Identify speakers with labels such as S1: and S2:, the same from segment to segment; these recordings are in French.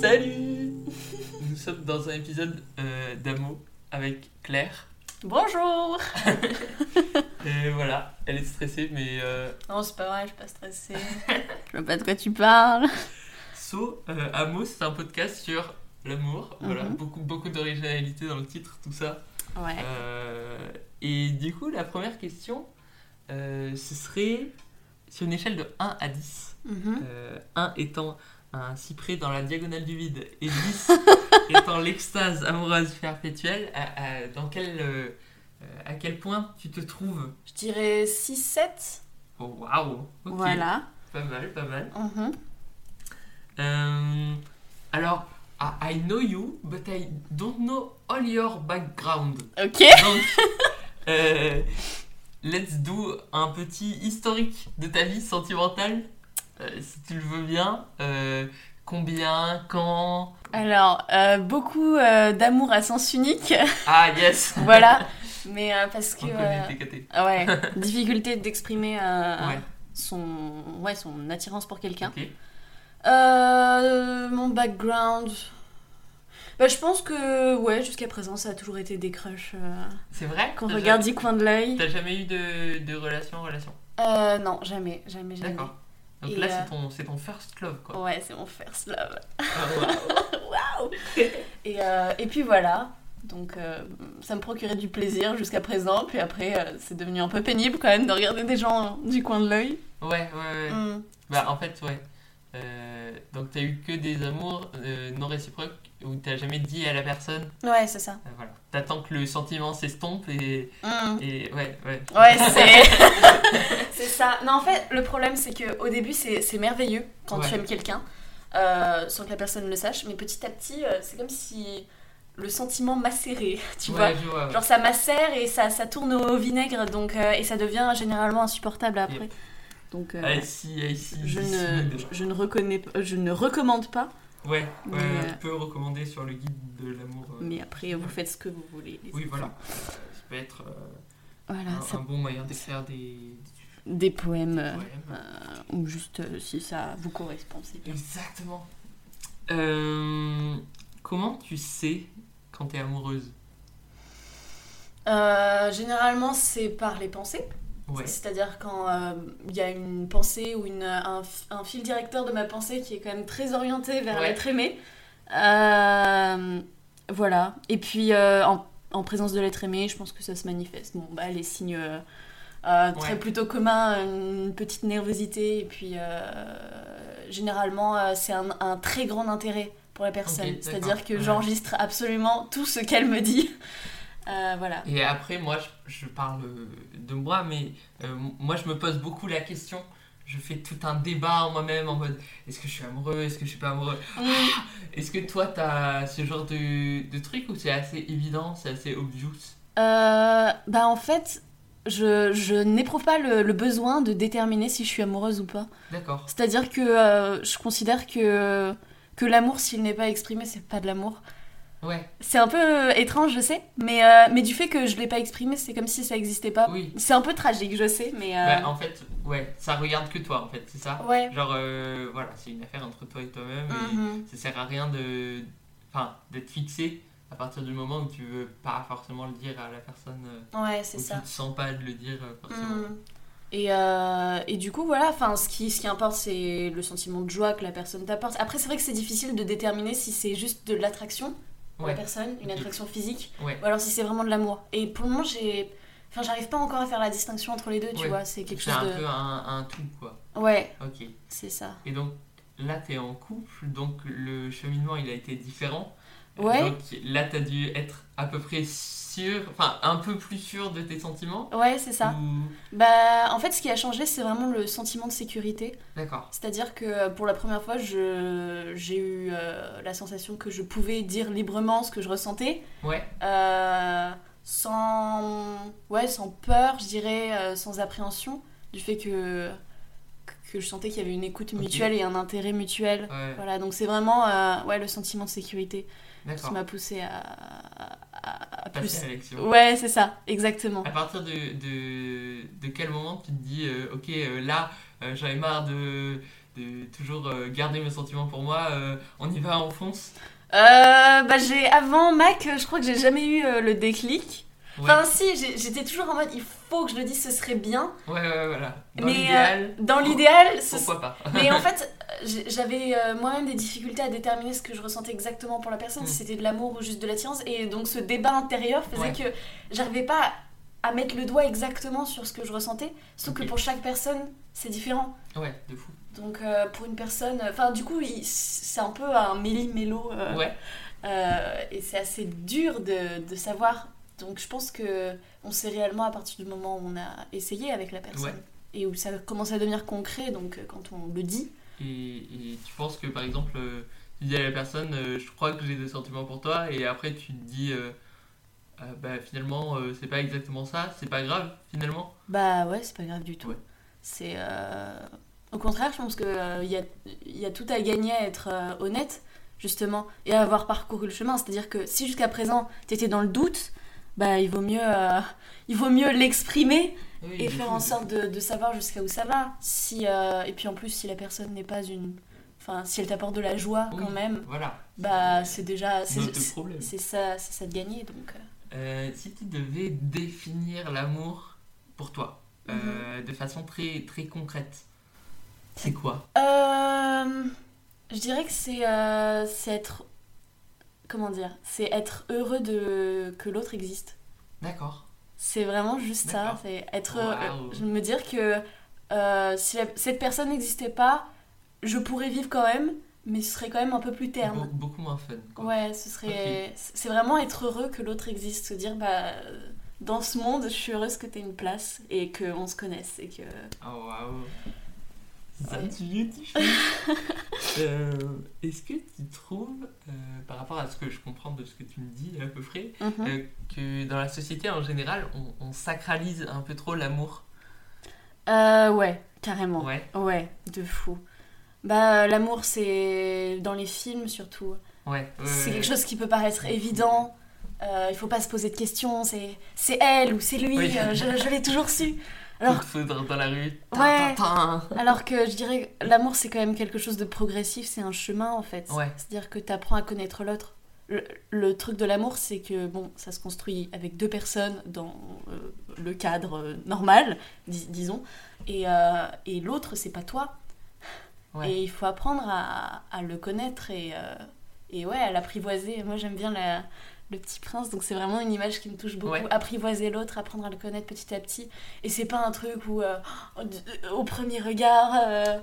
S1: Salut Nous sommes dans un épisode euh, d'Amo avec Claire.
S2: Bonjour
S1: Et voilà, elle est stressée, mais euh,
S2: Non, c'est pas vrai, je suis pas stressée. je vois pas de quoi tu parles.
S1: So, euh, Amo, c'est un podcast sur l'amour. Voilà,
S2: Mhm.
S1: beaucoup, beaucoup d'originalité dans le titre, tout ça.
S2: Ouais.
S1: Euh, et du coup, la première question, euh, ce serait sur une échelle de 1 à 10. Euh, 1 étant un cyprès dans la diagonale du vide et 10 étant l'extase amoureuse perpétuelle, à, à- dans quel, euh, euh, à quel point tu te trouves
S2: Je dirais 6-7.
S1: Oh waouh Ok,
S2: Voilà.
S1: Pas mal, pas mal.
S2: Mm-hmm.
S1: Euh, alors, ah, I, I know you, but I don't know all your background.
S2: Ok.
S1: Donc, euh, let's do un petit historique de ta vie sentimentale, euh, si tu le veux bien. Euh, combien, quand,
S2: Alors, euh, beaucoup euh, d'amour à sens unique.
S1: Ah yes
S2: voilà. Mais euh, parce que...
S1: On
S2: euh,
S1: connaît tes catés.
S2: ah ouais, difficulté d'exprimer euh,
S1: Ouais.
S2: son... Ouais, son attirance pour quelqu'un.
S1: Ok.
S2: Euh, mon background... Bah, je pense que, ouais, jusqu'à présent, ça a toujours été des crushs euh,
S1: C'est vrai
S2: qu'on
S1: T'as
S2: regarde
S1: jamais-
S2: du coin de l'œil.
S1: T'as jamais eu de, de relation en relation
S2: Euh, non, jamais, jamais, jamais.
S1: D'accord. Donc
S2: Et
S1: là,
S2: euh, Oh.
S1: c'est ton, c'est ton first love, quoi.
S2: Ouais, c'est mon first love.
S1: Ah, waouh.
S2: Waouh et, euh, et puis voilà. Donc euh, ça me procurait du plaisir jusqu'à présent. Puis après, euh, c'est devenu un peu pénible quand même de regarder des gens du coin de l'œil.
S1: Ouais, ouais, ouais.
S2: Mm.
S1: Bah, en fait, ouais. Euh, donc, t'as eu que des amours euh, non réciproques où t'as jamais dit à la personne.
S2: Ouais, c'est ça.
S1: Euh, voilà. T'attends que le sentiment s'estompe et,
S2: Mm.
S1: et. Ouais, ouais.
S2: Ouais, c'est. c'est ça. Non, en fait, le problème, c'est qu'au début, c'est c'est merveilleux quand
S1: Ouais.
S2: tu aimes quelqu'un, euh, sans que la personne le sache. Mais petit à petit, euh, c'est comme si le sentiment macérait, tu vois.
S1: ouais, je vois. ouais.
S2: Genre ça macère et ça, ça tourne au vinaigre donc euh, et ça devient généralement insupportable après.
S1: Yep.
S2: Donc euh,
S1: Ah, si, ah, si,
S2: je
S1: si,
S2: ne je- je ne reconnais pas- je ne recommande pas
S1: Ouais, ouais,
S2: Mais, euh,
S1: tu peux recommander sur le guide de l'amour. euh,
S2: mais après vous faites ce que vous voulez. les
S1: Oui,
S2: enfants.
S1: voilà. Euh, ça peut être euh,
S2: Voilà,
S1: un,
S2: Ah, ça-
S1: un bon moyen d'écrire des,
S2: des poèmes euh,
S1: poèmes.
S2: euh, ou juste euh, si ça vous correspond c'est bien.
S1: Exactement. Euh, comment tu sais quand t'es amoureuse
S3: Euh, généralement, c'est par les pensées.
S1: Ouais.
S3: C'est-à-dire quand euh, il y a une pensée ou une, un, f- un fil directeur de ma pensée qui est quand même très orienté vers
S1: Ouais.
S3: l'être aimé.
S2: Euh, voilà et puis euh, en, en présence de l'être aimé je pense que ça se manifeste. Bon bah les signes euh, euh, très
S1: Ouais.
S2: plutôt communs une petite nervosité et puis euh, généralement euh, c'est un, un très grand intérêt pour la personne.
S1: d'accord.
S2: C'est-à-dire que
S1: Ouais.
S2: j'enregistre absolument tout ce qu'elle me dit. Euh, voilà.
S1: Et après, moi, je, je parle euh, de moi, mais euh, moi, je me pose beaucoup la question. Je fais tout un débat en moi-même en mode est-ce que je suis amoureux, est-ce que je suis pas amoureux Est-ce que toi, t'as ce genre de, de truc ou c'est assez évident, c'est assez obvious
S2: Euh, bah en fait, je, je n'éprouve pas le, le besoin de déterminer si je suis amoureuse ou pas.
S1: D'accord.
S2: C'est-à-dire que euh, je considère que, que l'amour, s'il n'est pas exprimé, c'est pas de l'amour.
S1: Ouais,
S2: C'est un peu euh, étrange, je sais, mais, euh, mais du fait que je l'ai pas exprimé, c'est comme si ça n'existait pas.
S1: oui.
S2: C'est un peu tragique, je sais, mais... euh,
S1: Bah, en fait, ouais, ça regarde que toi, en fait, c'est ça
S2: Ouais.
S1: Genre, euh, voilà, c'est une affaire entre toi et toi-même. et-
S2: Mhm.
S1: ça sert à rien de enfin d'être fixé à partir du moment où tu veux pas forcément le dire à la personne euh,
S3: Ouais, c'est
S1: ou
S3: ça.
S1: tu te sens pas de le dire euh, forcément
S3: Mm.
S2: Et, euh, et du coup, voilà, enfin, ce qui, ce qui importe, c'est le sentiment de joie que la personne t'apporte. Après, c'est vrai que c'est difficile de déterminer si c'est juste de l'attraction pour
S1: ouais
S3: La personne, une
S1: Ok.
S3: attraction physique,
S1: Ouais.
S3: ou alors si c'est vraiment de l'amour. Et pour le moment, j'ai. Enfin, j'arrive pas encore à faire la distinction entre les deux, tu
S1: Ouais.
S3: vois. C'est quelque
S1: c'est
S3: chose
S1: un
S3: de.
S1: peu un, un tout quoi
S3: Ouais,
S1: ok
S3: c'est ça.
S1: et donc là t'es en couple donc le cheminement il a été différent Euh,
S3: Ouais.
S1: donc là t'as dû être à peu près sûr enfin un peu plus sûr de tes sentiments
S3: Ouais, c'est ça.
S1: ou-
S3: Bah, en fait, ce qui a changé, c'est vraiment le sentiment de sécurité.
S1: d'accord
S3: C'est-à-dire que euh, pour la première fois, je- j'ai eu euh, la sensation que je pouvais dire librement ce que je ressentais,
S1: ouais
S3: euh, sans, ouais, sans peur, je dirais, euh, sans appréhension, du fait que, que je sentais qu'il y avait une écoute
S1: Ok.
S3: mutuelle et un intérêt mutuel.
S1: ouais
S3: Voilà, donc c'est vraiment euh, ouais, le sentiment de sécurité qui
S1: d'accord
S3: m'a poussé à, à- à
S1: Passer
S3: plus.
S1: à l'action.
S3: Ouais, c'est ça, exactement.
S1: À partir de, de, de quel moment tu te dis, euh, ok, euh, là, euh, j'en ai marre de, de toujours euh, garder mes sentiments pour moi. euh, on y va, on fonce.
S4: Euh, bah j'ai avant Mac, je crois que j'ai jamais eu euh, le déclic.
S1: Ouais,
S2: Enfin, si, j'ai- j'étais toujours en mode il faut que je le dise, ce serait bien.
S1: ouais, ouais, voilà. Dans
S2: mais,
S1: l'idéal,
S2: euh, dans l'idéal, ce
S1: pourquoi pas
S2: Mais en fait, j'ai- j'avais euh, moi-même des difficultés à déterminer ce que je ressentais exactement pour la personne,
S1: Mm.
S2: si c'était de l'amour ou juste de l'attirance. Et donc ce débat intérieur faisait
S1: Ouais.
S2: que j'arrivais pas à mettre le doigt exactement sur ce que je ressentais, sauf
S1: Ok.
S2: que pour chaque personne, c'est différent.
S1: Ouais, de fou.
S2: Donc euh, pour une personne, enfin du coup, il- c'est un peu un méli-mélo. euh,
S1: Ouais,
S2: euh, et c'est assez dur de, de savoir. Donc je pense que on sait réellement à partir du moment où on a essayé avec la personne.
S1: Ouais.
S2: Et où ça commence à devenir concret, donc euh, quand on le dit.
S1: et, et tu penses que par exemple, euh, tu dis à la personne, euh, je crois que j'ai des sentiments pour toi, et après tu te dis, euh, Ah, bah finalement, euh, c'est pas exactement ça, c'est pas grave finalement.
S2: Bah ouais, c'est pas grave du tout.
S1: Ouais.
S2: C'est euh, au contraire, je pense que euh, il y, a, il y a tout à gagner à être euh, honnête justement et à avoir parcouru le chemin. C'est-à-dire que si jusqu'à présent t'étais dans le doute, bah il vaut mieux, euh, il vaut mieux l'exprimer
S1: Oui,
S2: et
S1: de
S2: faire
S1: fou,
S2: en
S1: de
S2: sorte de, de savoir jusqu'à où ça va. Si euh, et puis en plus si la personne n'est pas une, enfin si elle t'apporte de la joie
S1: Oui.
S2: quand même,
S1: fou. Voilà.
S2: bah c'est déjà, c'est
S1: Notre
S2: c'est-
S1: problème.
S2: c'est ça, c'est ça de gagner donc. euh,
S1: Euh, si tu devais définir l'amour pour toi, euh,
S2: Mhm.
S1: de façon très, très concrète, c'est quoi
S2: Euh, je dirais que c'est euh, c'est être. Comment dire C'est être heureux de que l'autre existe.
S1: D'accord.
S2: C'est vraiment juste ça.
S1: D'accord.
S2: C'est être.
S1: Waouh.
S2: euh, je me dire que euh, si la- cette personne n'existait pas, je pourrais vivre quand même, mais ce serait quand même un peu plus
S1: Be-
S2: terne.
S1: beaucoup moins fun. quoi.
S2: Ouais, ce serait. C'est vraiment être heureux que l'autre existe. Se dire, bah. euh, Dans ce monde, je suis heureuse que t'aies une place et qu'on se connaisse et que.
S1: Oh, waouh. Ça,
S2: Ouais.
S1: tu beautiful. Euh, Est-ce que tu trouves, euh, par rapport à ce que je comprends de ce que tu me dis à peu près,
S2: Mhm.
S1: euh, que dans la société en général, on, on sacralise un peu trop l'amour
S2: Euh, ouais, carrément.
S1: Ouais,
S2: Ouais, de fou. Bah, euh, l'amour, c'est dans les films surtout.
S1: ouais. ouais,
S2: C'est
S1: ouais,
S2: quelque
S1: ouais.
S2: chose qui peut paraître évident. Euh, il faut pas se poser de questions. C'est, c'est elle ou c'est lui.
S1: Oui.
S2: euh, je je l'ai toujours su.
S1: Coup
S2: Alors,
S1: de foudre dans la rue.
S2: Ouais.
S1: Tintin.
S2: alors que je dirais que l'amour, c'est quand même quelque chose de progressif. C'est un chemin en fait.
S1: Ouais.
S2: C'est-à-dire que tu apprends à connaître l'autre. Le, le truc de l'amour, c'est que bon, ça se construit avec deux personnes dans euh, le cadre euh, normal, dis- disons. Et, euh, et l'autre, c'est pas toi.
S1: Ouais.
S2: Et il faut apprendre à, à le connaître et, euh, et ouais, à l'apprivoiser. Moi, j'aime bien la- le petit prince, donc c'est vraiment une image qui me touche beaucoup.
S1: Ouais.
S2: Apprivoiser l'autre, apprendre à le connaître petit à petit. Et c'est pas un truc où, euh, au- au premier regard. euh,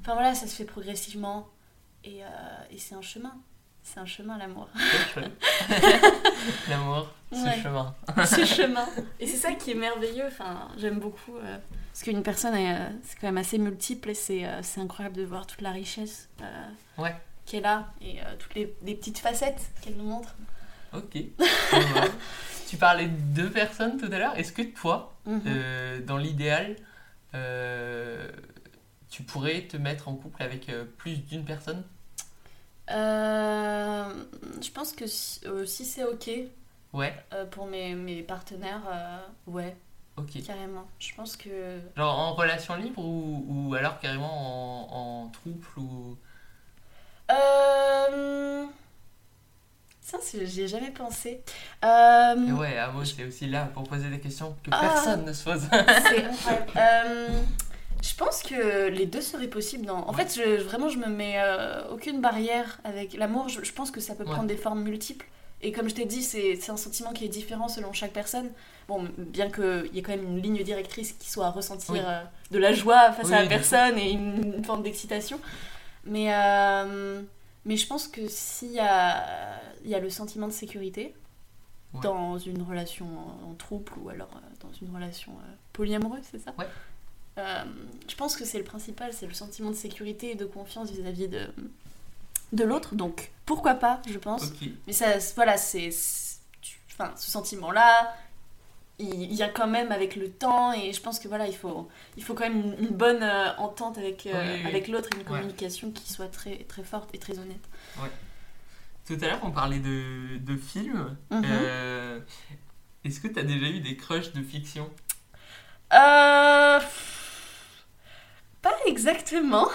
S2: Enfin voilà, ça se fait progressivement. Et, euh, et c'est un chemin. C'est un chemin, l'amour.
S1: L'amour, ce
S2: Ouais.
S1: chemin.
S2: ce chemin. Et c'est ça qui est merveilleux. Enfin, j'aime beaucoup. euh, parce qu'une personne, est, euh, c'est quand même assez multiple et c'est, euh, c'est incroyable de voir toute la richesse euh,
S1: Ouais.
S2: qu'elle a et euh, toutes les, les petites facettes qu'elle nous montre.
S1: Ok. Ça va. tu parlais de deux personnes tout à l'heure. Est-ce que toi,
S2: Mhm.
S1: euh, dans l'idéal, euh, tu pourrais te mettre en couple avec euh, plus d'une personne
S2: Euh, je pense que si, euh, si c'est OK
S1: Ouais,
S2: euh, pour mes, mes partenaires, euh, ouais,
S1: ok.
S2: carrément. Je pense que.
S1: Genre en relation libre ou, ou alors carrément en, en trouble ou...
S2: Euh, Ça, c'est- j'y ai jamais pensé. Euh,
S1: Et Eh ouais, Amo, c'est aussi là pour poser des questions que
S2: Ah.
S1: personne ne se pose.
S2: C'est incroyable. Euh, je pense que les deux seraient possibles. Dans... En
S1: Ouais.
S2: fait, je- vraiment, je me mets euh, aucune barrière avec l'amour. Je, je pense que ça peut
S1: Ouais.
S2: prendre des formes multiples. Et comme je t'ai dit, c'est c'est un sentiment qui est différent selon chaque personne. Bon, bien qu'il y ait quand même une ligne directrice qui soit à ressentir
S1: Oui.
S2: euh, de la joie face
S1: Oui,
S2: à
S1: oui,
S2: la
S1: bien sûr.
S2: personne et une, une forme d'excitation. Mais, euh, mais je pense que s'il y a, il y a le sentiment de sécurité
S1: Ouais.
S2: dans une relation en, en trouble ou alors euh, dans une relation euh, polyamoureuse, c'est ça
S1: Ouais.
S2: Euh, je pense que c'est le principal, c'est le sentiment de sécurité et de confiance vis-à-vis de, de l'autre. Donc pourquoi pas, je pense.
S1: ok.
S2: Mais ça, c'est- voilà, c'est. c'est- tu- Enfin, ce sentiment-là, il vient quand même avec le temps, et je pense que voilà, il faut, il faut quand même une, une bonne euh, entente avec, euh,
S1: Oui, oui, oui.
S2: avec l'autre, et une
S1: Ouais.
S2: communication qui soit très, très forte et très honnête.
S1: Tout à l'heure, on parlait de, de films.
S2: Mhm.
S1: Euh, Est-ce que t'as déjà eu des crushs de fiction
S2: Euh, pff, Pas exactement.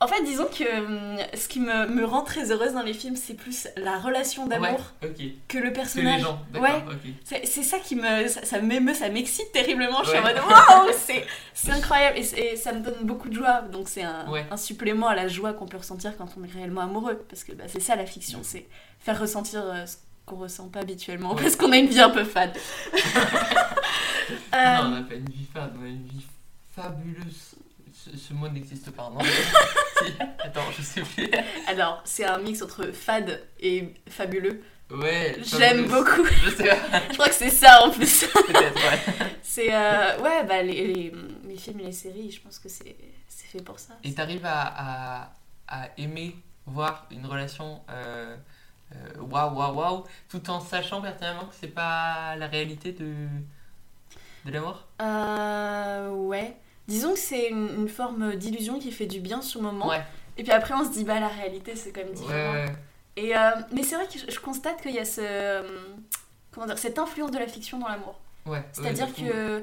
S2: En fait, disons que hum, ce qui me, me rend très heureuse dans les films, c'est plus la relation d'amour
S1: Ouais, ok.
S2: que
S1: C'est
S2: le
S1: les
S2: personnage.
S1: gens,
S2: Ouais.
S1: d'accord, ok.
S2: C'est c'est ça qui me. Ça, ça m'émeut, ça m'excite terriblement. Je suis en
S1: Ouais.
S2: mode waouh, c'est c'est incroyable et, c'est- et ça me donne beaucoup de joie. Donc c'est un,
S1: Ouais.
S2: un supplément à la joie qu'on peut ressentir quand on est réellement amoureux. Parce que bah, c'est ça la fiction, c'est faire ressentir euh, ce qu'on ressent pas habituellement
S1: Ouais.
S2: parce qu'on a une vie un peu fade. Euh,
S1: Non, on n'a pas une vie fade, on a une vie fabuleuse. Ce, ce mot n'existe pas, non Si, Attends, je sais plus.
S2: alors, c'est un mix entre fade et fabuleux.
S1: Ouais.
S2: J'aime
S1: fabuleuse.
S2: beaucoup.
S1: Je sais pas,
S2: Je crois que c'est ça en plus.
S1: peut-être, ouais.
S2: C'est euh, ouais bah les, les, les films et les séries, je pense que c'est c'est fait pour ça.
S1: Et t'arrives à, à, à aimer voir une relation euh, euh, waouh, waouh, waouh, tout en sachant pertinemment que c'est pas la réalité de, de l'amour
S2: Euh, ouais. Disons que c'est une, une forme d'illusion qui fait du bien sur le moment.
S1: Ouais.
S2: Et puis après on se dit bah la réalité c'est quand même
S1: Ouais,
S2: différent.
S1: ouais.
S2: Et euh, mais c'est vrai que je, je constate qu'il y a ce euh, comment dire cette influence de la fiction dans l'amour.
S1: ouais,
S2: C'est-à-dire
S1: ouais, de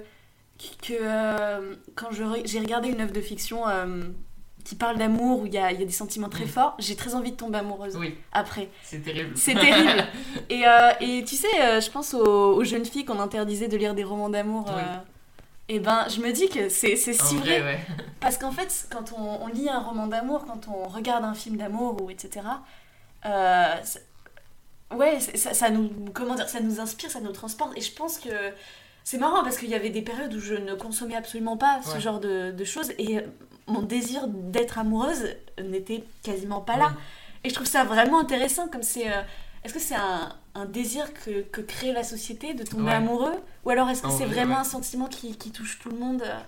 S1: fou.
S2: que, que euh, quand je re- j'ai regardé une œuvre de fiction euh, qui parle d'amour, où il y a, il y a des sentiments très
S1: Mm.
S2: forts, j'ai très envie de tomber amoureuse
S1: Oui,
S2: après.
S1: c'est terrible.
S2: C'est terrible. Et, euh, et tu sais, euh, je pense aux, aux jeunes filles qu'on interdisait de lire des romans d'amour.
S1: Oui.
S2: euh, et ben, je me dis que c'est c'est
S1: En
S2: si vrai.
S1: vrai, ouais.
S2: Parce qu'en fait, quand on, on lit un roman d'amour, quand on regarde un film d'amour ou etc., euh, ça- ouais, c'est- ça, ça nous comment dire, ça nous inspire, ça nous transporte. Et je pense que c'est marrant parce qu'il y avait des périodes où je ne consommais absolument pas ce
S1: Ouais.
S2: genre de, de choses et mon désir d'être amoureuse n'était quasiment pas là.
S1: Oui.
S2: Et je trouve ça vraiment intéressant, comme c'est... euh, est-ce que c'est un, un désir que, que crée la société de tomber
S1: Ouais.
S2: amoureux Ou alors est-ce que
S1: En
S2: c'est
S1: vrai,
S2: vraiment
S1: ouais.
S2: un sentiment qui, qui touche tout le monde euh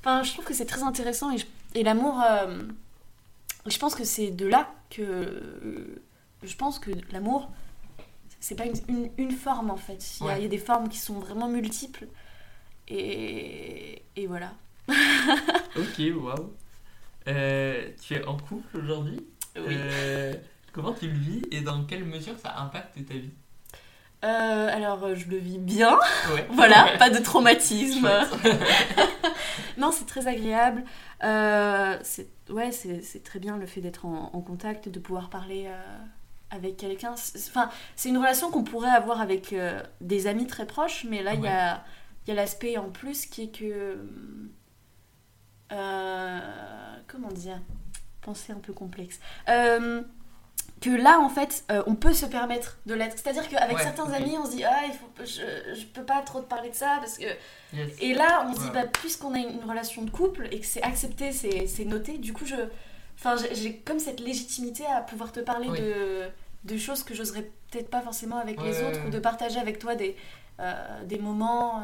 S2: Enfin, je trouve que c'est très intéressant et, je- et l'amour... euh, je pense que c'est de là que... euh, je pense que l'amour, c'est pas une, une- une forme en fait. Il y, a,
S1: Ouais.
S2: il y a des formes qui sont vraiment multiples. Et, et voilà.
S1: Ok, waouh. Euh, tu es en couple aujourd'hui Euh, Comment tu le vis et dans quelle mesure ça impacte ta vie
S2: Euh, alors, euh, je le vis bien.
S1: Ouais.
S2: Voilà, pas de traumatisme.
S1: Chouette.
S2: Non, c'est très agréable. Euh, c'est ouais, c'est c'est très bien le fait d'être en, en contact, de pouvoir parler euh, avec quelqu'un. C'est- c'est- Enfin, c'est une relation qu'on pourrait avoir avec euh, des amis très proches, mais là, il y a, il y a l'aspect en plus qui est que. euh, comment dire Pensée un peu complexe. Euh, que là, en fait, euh, on peut se permettre de l'être. C'est-à-dire qu'avec
S1: Ouais,
S2: certains
S1: ok.
S2: amis, on se dit Ah, il faut, je, je peux pas trop te parler de ça parce que
S1: Yes.
S2: et là, on se dit,
S1: Ouais.
S2: bah, puisqu'on a une relation de couple et que c'est accepté, c'est c'est noté, du coup, je. Enfin, j'ai- j'ai comme cette légitimité à pouvoir te parler
S1: Oui.
S2: de, de choses que j'oserais peut-être pas forcément avec les
S1: Ouais.
S2: autres ou de partager avec toi des, euh, des moments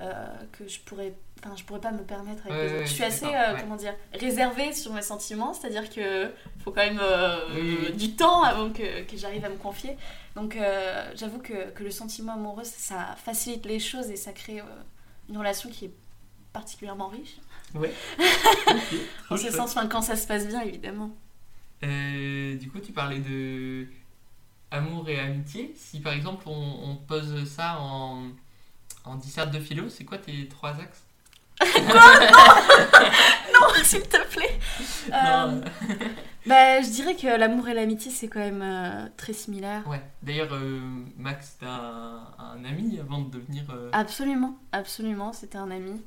S2: euh, euh, que je pourrais. Enfin, je pourrais pas me permettre avec
S1: Ouais,
S2: les autres.
S1: ouais,
S2: je suis
S1: ouais,
S2: assez,
S1: d'accord,
S2: euh,
S1: ouais.
S2: comment dire, réservée sur mes sentiments, c'est-à-dire que faut quand même euh,
S1: Oui, oui.
S2: du temps avant que, que j'arrive à me confier. Donc euh, j'avoue que, que le sentiment amoureux, ça facilite les choses et ça crée euh, une relation qui est particulièrement riche.
S1: Ouais.
S2: En ce sens, enfin, quand ça se passe bien, évidemment.
S1: Euh, du coup, tu parlais de amour et amitié. Si par exemple on, on pose ça en, en dissert de philo, c'est quoi tes trois axes
S2: Non, s'il te plaît Euh,
S1: Non,
S2: bah, Je dirais que l'amour et l'amitié, c'est quand même euh, très similaire.
S1: Ouais. D'ailleurs, euh, Max, t'as un, un ami avant de devenir. euh,
S2: Ah. Absolument, absolument, c'était un ami.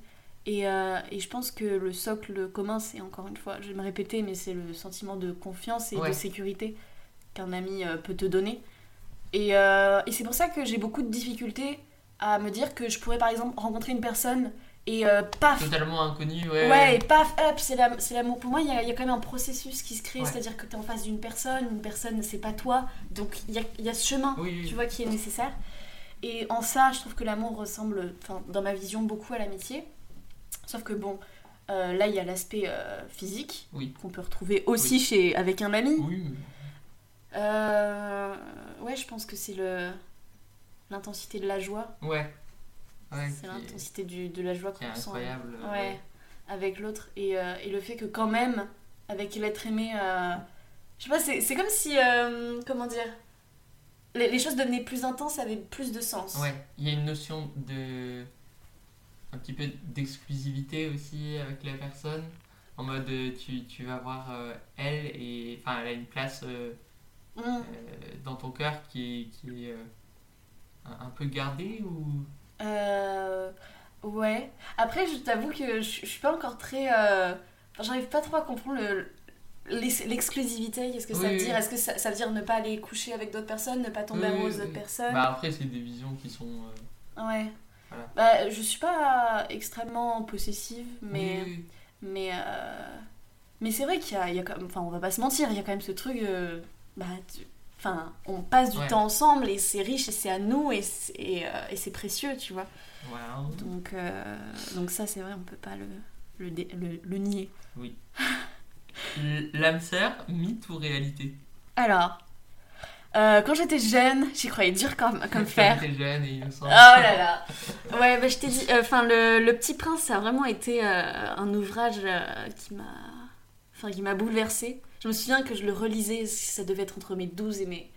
S2: Et, euh, et je pense que le socle commun, c'est encore une fois, je vais me répéter, mais c'est le sentiment de confiance et
S1: Ouais.
S2: de sécurité qu'un ami euh, peut te donner. Et, euh, et c'est pour ça que j'ai beaucoup de difficultés à me dire que je pourrais par exemple rencontrer une personne et euh, paf,
S1: Totalement inconnu, ouais.
S2: Ouais, et paf, hop, c'est l'am- c'est l'amour. Pour moi, il y, a- il y a quand même un processus qui se crée,
S1: Ouais.
S2: c'est-à-dire que tu es en face d'une personne, une personne, c'est pas toi. Donc, il y a, il y a ce chemin,
S1: Oui, oui.
S2: tu vois, qui est nécessaire. Et en ça, je trouve que l'amour ressemble, enfin, dans ma vision, beaucoup à l'amitié. Sauf que bon, euh, là, il y a l'aspect euh, physique
S1: Oui.
S2: qu'on peut retrouver aussi chez, avec un ami.
S1: Oui, mais-
S2: Euh, ouais, je pense que c'est le l'intensité de la joie.
S1: Ouais. Ouais, qui-
S2: c'est l'intensité du- de la joie
S1: qui est
S2: qu'on ressent.
S1: incroyable. euh,
S2: Ouais, avec l'autre. Et, euh, et le fait que quand même, avec l'être aimé, euh, je sais pas, c'est c'est comme si, euh, comment dire, les, les choses devenaient plus intenses, avaient plus de sens.
S1: Ouais, il y a une notion de. un petit peu d'exclusivité aussi avec la personne. En mode, euh, tu, tu vas voir euh, elle et enfin, elle a une place euh, euh, dans ton cœur qui est, qui est euh, un, un peu gardée ou.
S2: Euh, ouais. Après, je t'avoue que je, je suis pas encore très. euh, enfin, J'arrive pas trop à comprendre le- l'ex- l'exclusivité. Qu'est-ce que ça
S1: Oui,
S2: veut
S1: oui.
S2: dire Est-ce que ça, ça veut dire ne pas aller coucher avec d'autres personnes, ne pas tomber
S1: Oui, oui,
S2: amoureuse
S1: oui.
S2: d'autres personnes
S1: Bah, après, c'est des visions qui sont. euh,
S2: Ouais.
S1: Voilà.
S2: Bah, je suis pas extrêmement possessive, mais.
S1: oui, oui,
S2: Mais, euh, mais c'est vrai qu'il y a, il y a quand même, enfin, on va pas se mentir, il y a quand même ce truc, euh, bah, tu- enfin, on passe du
S1: Ouais.
S2: temps ensemble et c'est riche et c'est à nous et c'est, et, euh, et c'est précieux, tu vois.
S1: oui. Voilà.
S2: Donc, euh, donc ça, c'est vrai, on peut pas le, le, dé- le, le nier.
S1: L- L'âme sœur, mythe ou réalité
S2: Alors, euh, quand j'étais jeune, j'y croyais dur comme, comme fer.
S1: T'es jeune et innocent.
S2: Oh là là Ouais, bah, je t'ai dit, enfin, le, le Petit Prince, ça a vraiment été euh, un ouvrage euh, qui m'a... Enfin, qui m'a bouleversée. Je me souviens que je le relisais, ça devait être entre mes 12 et mes,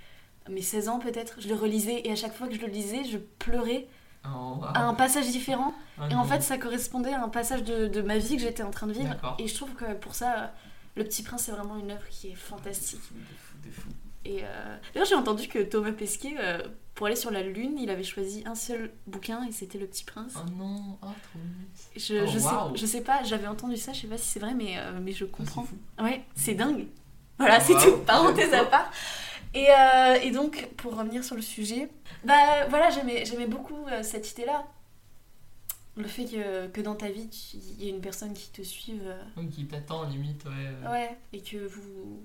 S2: mes 16 ans peut-être. Je le relisais et à chaque fois que je le lisais, je pleurais
S1: Oh,
S2: à
S1: waouh.
S2: un passage différent.
S1: Oh
S2: Et en
S1: non.
S2: fait, ça correspondait à un passage de, de ma vie que j'étais en train de vivre.
S1: D'accord.
S2: Et je trouve que pour ça, euh, Le Petit Prince, c'est vraiment une œuvre qui est fantastique.
S1: De fou, de fou.
S2: Et euh, d'ailleurs, j'ai entendu que Thomas Pesquet, euh, pour aller sur la Lune, il avait choisi un seul bouquin et c'était Le Petit Prince.
S1: Oh non, oh trop mignon. Ça,
S2: Je,
S1: Oh,
S2: je,
S1: waouh.
S2: sais, je sais pas, j'avais entendu ça, je sais pas si c'est vrai, mais, euh, mais je
S1: c'est
S2: comprends.
S1: fou.
S2: Ouais, c'est dingue. Voilà, c'est
S1: Ah, Waouh.
S2: tout, parenthèse à part. Et, euh, et donc, pour revenir sur le sujet, bah voilà, j'aimais j'aimais beaucoup euh, cette idée-là. Le fait que, que dans ta vie, tu- il y ait une personne qui te suive. euh,
S1: Donc qui t'attend limite, ouais. euh,
S2: ouais, et que vous.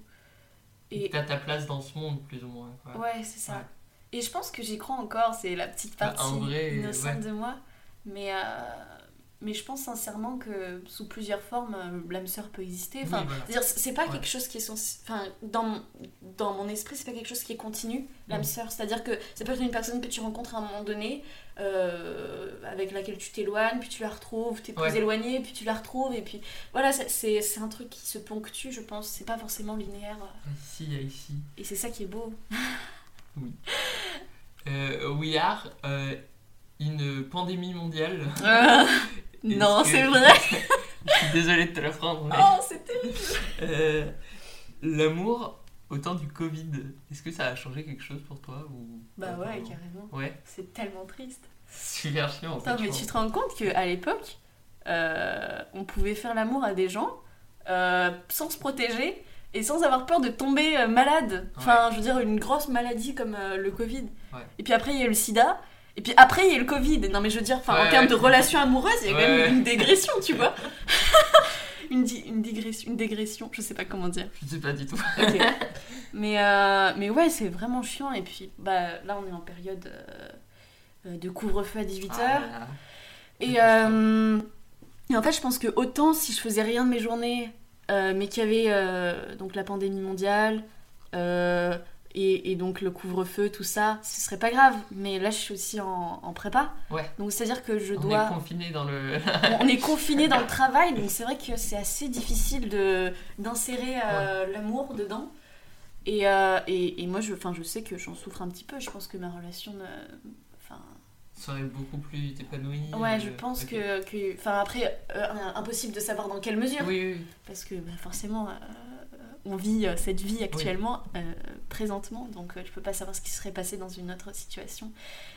S1: et
S2: Et,
S1: T'as ta place dans ce monde, plus ou moins. quoi.
S2: ouais, c'est ça.
S1: Ouais.
S2: Et je pense que j'y crois encore, c'est la petite
S1: Bah, en
S2: partie
S1: vrai,
S2: innocente
S1: ouais.
S2: de moi. Mais, euh, mais je pense sincèrement que sous plusieurs formes, euh, l'âme sœur peut exister.
S1: Oui,
S2: Enfin,
S1: voilà.
S2: c'est-à-dire, c'est c'est pas
S1: Ouais.
S2: quelque chose qui est sens- Enfin, dans mon, dans mon esprit, c'est pas quelque chose qui est continu, l'âme
S1: Mm.
S2: sœur. C'est-à-dire que ça peut être une personne que tu rencontres à un moment donné, euh, avec laquelle tu t'éloignes, puis tu la retrouves, t'es plus
S1: Ouais.
S2: éloigné, puis tu la retrouves, et puis... Voilà, c'est- c'est c'est un truc qui se ponctue, je pense. C'est pas forcément linéaire. euh,
S1: Ici, il y a ici.
S2: Et c'est ça qui est beau.
S1: Euh, we are euh, une pandémie mondiale. Ah. Est-ce
S2: Euh,
S1: que-
S2: non,
S1: Ah.
S2: c'est vrai
S1: Je suis désolé de te l'apprendre. mais,
S2: Oh, c'est terrible
S1: euh, L'amour au temps du Covid, est-ce que ça a changé quelque chose pour toi ou
S2: Bah
S1: pas
S2: ouais,
S1: vraiment
S2: carrément.
S1: Ouais,
S2: C'est tellement triste.
S1: super chiant. en
S2: Attends,
S1: fait,
S2: mais
S1: je
S2: tu te rends compte qu'à l'époque, euh, on pouvait faire l'amour à des gens euh, sans se protéger et sans avoir peur de tomber euh, malade. Enfin, je veux dire, une grosse maladie comme euh, le Covid.
S1: Ouais.
S2: Et puis après, il y a eu le sida. Et puis après, il y a eu le Covid. Non, mais je veux dire, enfin, en
S1: Ouais,
S2: termes
S1: ouais.
S2: de relations amoureuses, il y a quand
S1: Ouais.
S2: même une dégression, tu vois. une, di- une digression, une dégression, je sais pas comment dire.
S1: pense. Je sais pas du tout.
S2: Ok. mais, euh, mais ouais, c'est vraiment chiant. Et puis bah, là, on est en période euh, euh, de couvre-feu à 18h.
S1: Ah là là.
S2: et, euh, et en fait, je pense que autant si je faisais rien de mes journées, euh, mais qu'il y avait euh, donc la pandémie mondiale euh, et, et donc le couvre-feu, tout ça, ce serait pas grave. Mais là, je suis aussi en, en prépa.
S1: Ouais.
S2: Donc c'est-à-dire que je
S1: On
S2: dois
S1: est confiné dans le.
S2: on est confiné dans le travail, donc c'est vrai que c'est assez difficile de d'insérer euh, l'amour dedans. Et, euh, et, et moi, je, enfin, je sais que j'en souffre un petit peu. Je pense que ma relation, ne- enfin,
S1: serait beaucoup plus épanouie.
S2: ouais,
S1: euh,
S2: je pense
S1: ok.
S2: que, que- enfin, après, euh, impossible de savoir dans quelle mesure,
S1: Oui, oui, oui.
S2: parce que bah, forcément, euh, on vit euh, cette vie actuellement, euh, présentement, donc euh, je peux pas savoir ce qui serait passé dans une autre situation.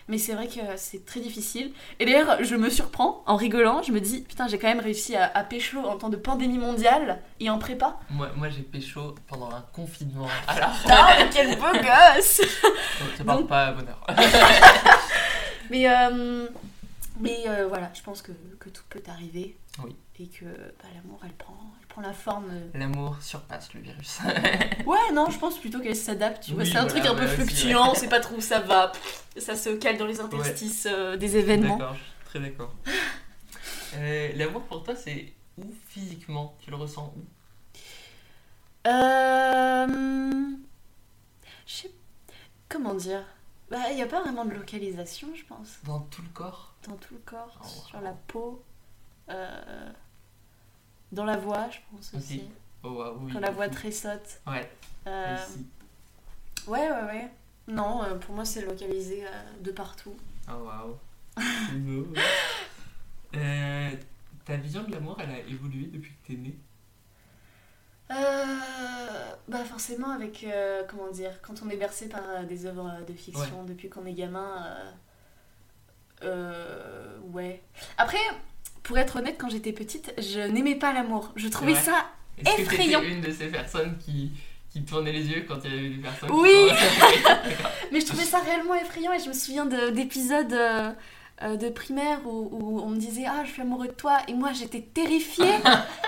S2: Mais c'est vrai que c'est très difficile. Et d'ailleurs, je me surprends en rigolant, je me dis, putain, j'ai quand même réussi à, à pécho en temps de pandémie mondiale et en prépa.
S1: Moi, moi j'ai pécho pendant un confinement. Alors,
S2: Ah, mais quel beau gosse
S1: ça parle
S2: Donc-
S1: pas à bonheur.
S2: Mais, euh, mais euh, voilà, je pense que, que tout peut arriver.
S1: Oui.
S2: Et que bah, l'amour, elle prend, elle prend la forme. euh,
S1: L'amour surpasse le virus.
S2: Ouais, non, je pense plutôt qu'elle s'adapte, tu vois.
S1: Oui,
S2: c'est un
S1: voilà,
S2: truc un
S1: ouais,
S2: peu
S1: aussi,
S2: fluctuant, on sait pas trop où ça va. Pff, Ça se cale dans les interstices euh, des événements.
S1: D'accord, je suis très d'accord. Euh, L'amour pour toi, c'est où physiquement Tu le ressens où
S2: Euh. Je sais. Comment dire Bah, il n'y a pas vraiment de localisation, je pense.
S1: Dans tout le corps
S2: Dans tout le corps,
S1: Oh, wow.
S2: sur la peau, euh, dans la voix, je pense
S1: Ok.
S2: aussi.
S1: Oh, waouh, oui.
S2: Quand la voix
S1: ici.
S2: tressaute.
S1: Ouais,
S2: Euh,
S1: ici.
S2: ouais, ouais, ouais. Non, euh, pour moi, c'est localisé euh, de partout.
S1: Oh, waouh. C'est beau. Euh, ta vision de l'amour, elle a évolué depuis que t'es né
S2: Bah forcément avec, euh, comment dire, quand on est bercé par euh, des œuvres euh, de fiction depuis qu'on est gamin, euh, euh, ouais. Après, pour être honnête, quand j'étais petite, je n'aimais pas l'amour. Je trouvais
S1: vrai.
S2: ça...
S1: Est-ce que
S2: Effrayant.
S1: t'étais une de ces personnes qui, qui tournaient les yeux quand il y avait des personnes qui
S2: Oui.
S1: parlaient
S2: Mais je trouvais ça réellement effrayant et je me souviens de- d'épisodes... euh, euh, de primaire où, où on me disait ah je suis amoureux de toi et moi j'étais terrifiée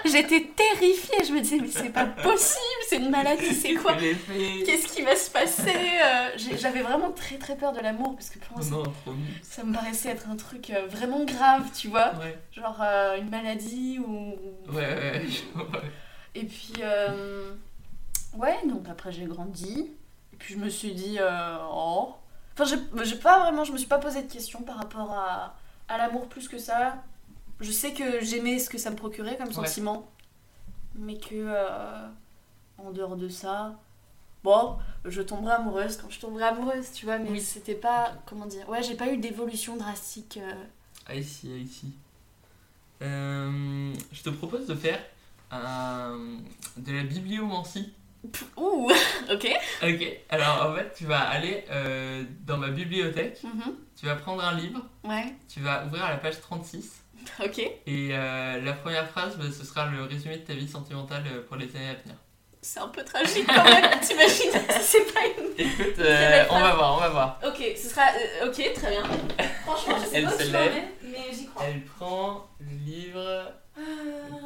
S2: j'étais terrifiée je me disais mais c'est pas possible c'est une maladie c'est quoi
S1: Je l'ai fait.
S2: Qu'est-ce qui va se passer Euh, j'ai- J'avais vraiment très très peur de l'amour parce que pour moi
S1: Oh
S2: ça-
S1: non, trop nul.
S2: ça me paraissait être un truc euh, vraiment grave, tu vois,
S1: Ouais,
S2: genre euh, une maladie ou.
S1: ouais, ouais. ouais, je vois.
S2: Et puis euh, ouais, donc après j'ai grandi et puis je me suis dit euh, oh. Enfin j'ai- j'ai pas vraiment, je me suis pas posé de questions par rapport à, à l'amour plus que ça. Je sais que j'aimais ce que ça me procurait comme
S1: Ouais.
S2: sentiment, mais que euh, en dehors de ça, bon, je tomberai amoureuse quand je tomberai amoureuse, tu vois, mais
S1: Oui.
S2: c'était pas, comment dire, ouais, j'ai pas eu d'évolution drastique. euh.
S1: Ah, ici, ah, ici. Euh, je te propose de faire un- de la bibliomancie.
S2: Pff, Ouh, ok.
S1: Ok, alors en fait, tu vas aller euh, dans ma bibliothèque,
S2: Mhm.
S1: tu vas prendre un livre,
S2: Ouais,
S1: tu vas ouvrir à la page 36,
S2: ok.
S1: et euh, la première phrase, bah, ce sera le résumé de ta vie sentimentale euh, pour les années à venir.
S2: C'est un peu tragique quand même, t'imagines C'est pas une.
S1: Écoute,
S2: Très belle
S1: euh, on va voir, on va voir.
S2: Ok, ce sera. euh, ok, très bien. Franchement, je sais
S1: Elle
S2: pas où
S1: se
S2: tu
S1: lève.
S2: m'emmènes, mais j'y crois.
S1: Elle prend le livre.
S2: Euh,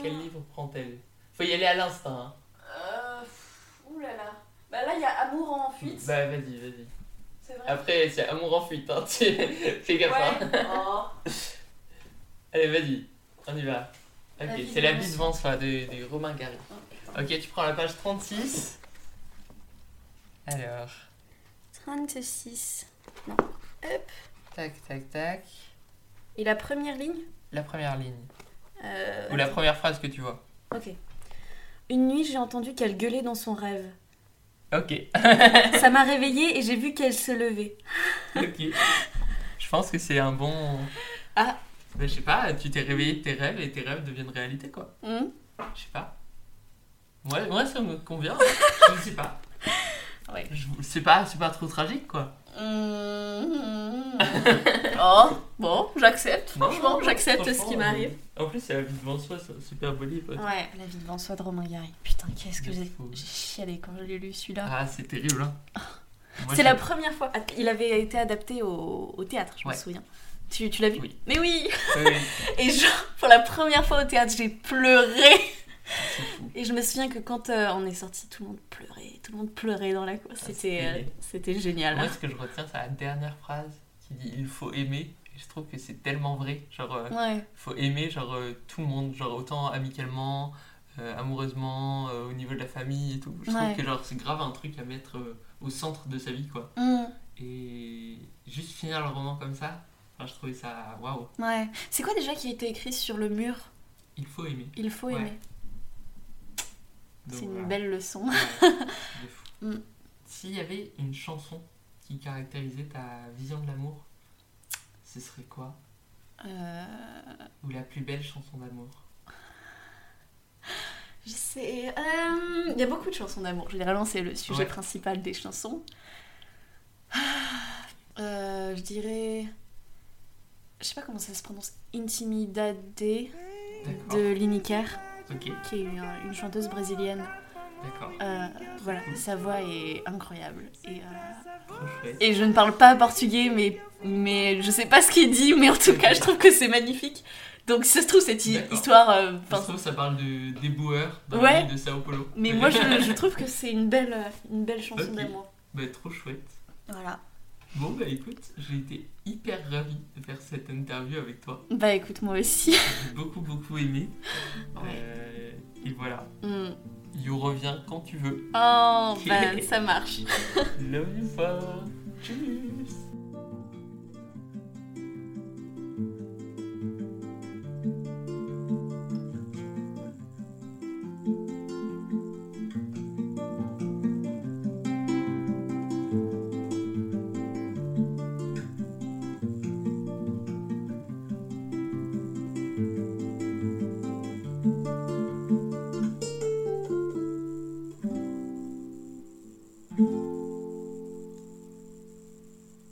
S1: Quel livre prend-elle Faut y aller à l'instinct. hein.
S2: euh, pff, Ouh là là. Bah là, il y a Amour en fuite,
S1: Bah vas-y, vas-y.
S2: c'est vrai.
S1: Après, c'est amour en fuite, hein. tu- Fais gaffe. hein.
S2: Ouais. Oh.
S1: Allez, vas-y, on y va. Ok,
S2: La vie
S1: c'est la
S2: de-
S1: vie de Vence, là, de, de Romain Gary.
S2: Oh, putain.
S1: Ok, tu prends la page 36. Alors,
S2: 36.
S1: tac, tac, tac.
S2: Et la première ligne
S1: La première ligne.
S2: Euh,
S1: Ou la première phrase que tu vois.
S2: Ok. Une nuit, j'ai entendu qu'elle gueulait dans son rêve.
S1: Ok,
S2: Ça m'a réveillée et j'ai vu qu'elle se levait.
S1: ok. Je pense que c'est un bon.
S2: Ah.
S1: Bah, je sais pas, tu t'es réveillé de tes rêves et tes rêves deviennent réalité, quoi.
S2: Hmm.
S1: Je sais pas. Ouais, ouais, ça me convient. je sais pas.
S2: Ouais.
S1: Je- C'est pas, c'est pas trop tragique quoi.
S2: Mmh. hum, oh, bon, j'accepte. Franchement, j'accepte
S1: Franchement,
S2: ce qui
S1: euh,
S2: m'arrive.
S1: En plus, c'est la vie devant soi, c'est un super beau livre.
S2: Ouais, La vie devant soi de Romain Gary. Putain, qu'est-ce que
S1: De
S2: j'ai
S1: fou.
S2: j'ai chialé quand je l'ai lu celui-là.
S1: Ah, c'est terrible. Hein. Moi, j'ai-
S2: C'est la première fois. Att- Il avait été adapté au, au théâtre, je
S1: Ouais.
S2: me souviens. Tu, tu l'as vu
S1: Oui.
S2: Mais oui
S1: Oui, oui,
S2: Et genre, pour la première fois au théâtre, j'ai pleuré.
S1: c'est fou.
S2: Et je me souviens que quand euh, on est sorti, tout le monde pleurait. Tout le monde pleurait dans la
S1: Ah,
S2: cour. C'était
S1: c'était-
S2: euh, c'était génial.
S1: Ah, Moi, ce que je retiens, c'est la dernière phrase qui dit il faut aimer. Et je trouve que c'est tellement vrai. Genre, euh,
S2: Ouais.
S1: faut aimer genre euh, tout le monde, genre autant amicalement, euh, amoureusement, euh, au niveau de la famille et tout. Je
S2: Ouais.
S1: trouve que genre c'est grave un truc à mettre euh, au centre de sa vie quoi.
S2: Mmh.
S1: Et juste finir le roman comme ça, enfin, je trouvais ça waouh,
S2: Ouais. C'est quoi déjà qui a été écrit sur le mur
S1: il faut aimer.
S2: Il faut
S1: Ouais.
S2: aimer.
S1: Donc,
S2: C'est une
S1: voilà.
S2: belle leçon.
S1: Ouais, de fou.
S2: Mm.
S1: S'il y avait une chanson qui caractérisait ta vision de l'amour, ce serait quoi
S2: Euh,
S1: Ou la plus belle chanson d'amour
S2: je sais. euh, Il y a beaucoup de chansons d'amour. Généralement, c'est le sujet
S1: Ouais.
S2: principal des chansons. Ah, euh, je dirais. Je sais pas comment ça se prononce. Intimidade de
S1: D'accord.
S2: Liniker,
S1: Ok,
S2: qui est une, une chanteuse brésilienne.
S1: d'accord.
S2: Euh, voilà,
S1: Mm.
S2: sa voix est incroyable. Et, euh,
S1: Trop chouette.
S2: et je ne parle pas portugais, mais, mais je sais pas ce qu'il dit, mais en tout cas, je trouve que c'est magnifique. Donc, si ça se trouve, cette hi-
S1: D'accord.
S2: histoire. euh,
S1: Ça
S2: enfin,
S1: se trouve, ça parle de, des boueurs dans
S2: Ouais.
S1: la ville de Sao Paulo.
S2: Mais moi, je, je trouve que c'est une belle, une belle chanson
S1: Ok.
S2: d'amour.
S1: Bah, trop chouette.
S2: Voilà.
S1: Bon, bah écoute, j'ai été hyper ravi de faire cette interview avec toi.
S2: Bah écoute, moi aussi.
S1: J'ai beaucoup, beaucoup aimé.
S2: Ouais.
S1: Euh, et voilà,
S2: Mm.
S1: you reviens quand tu veux.
S2: Oh, bah ça marche.
S1: Love you, Paul. Tchuss.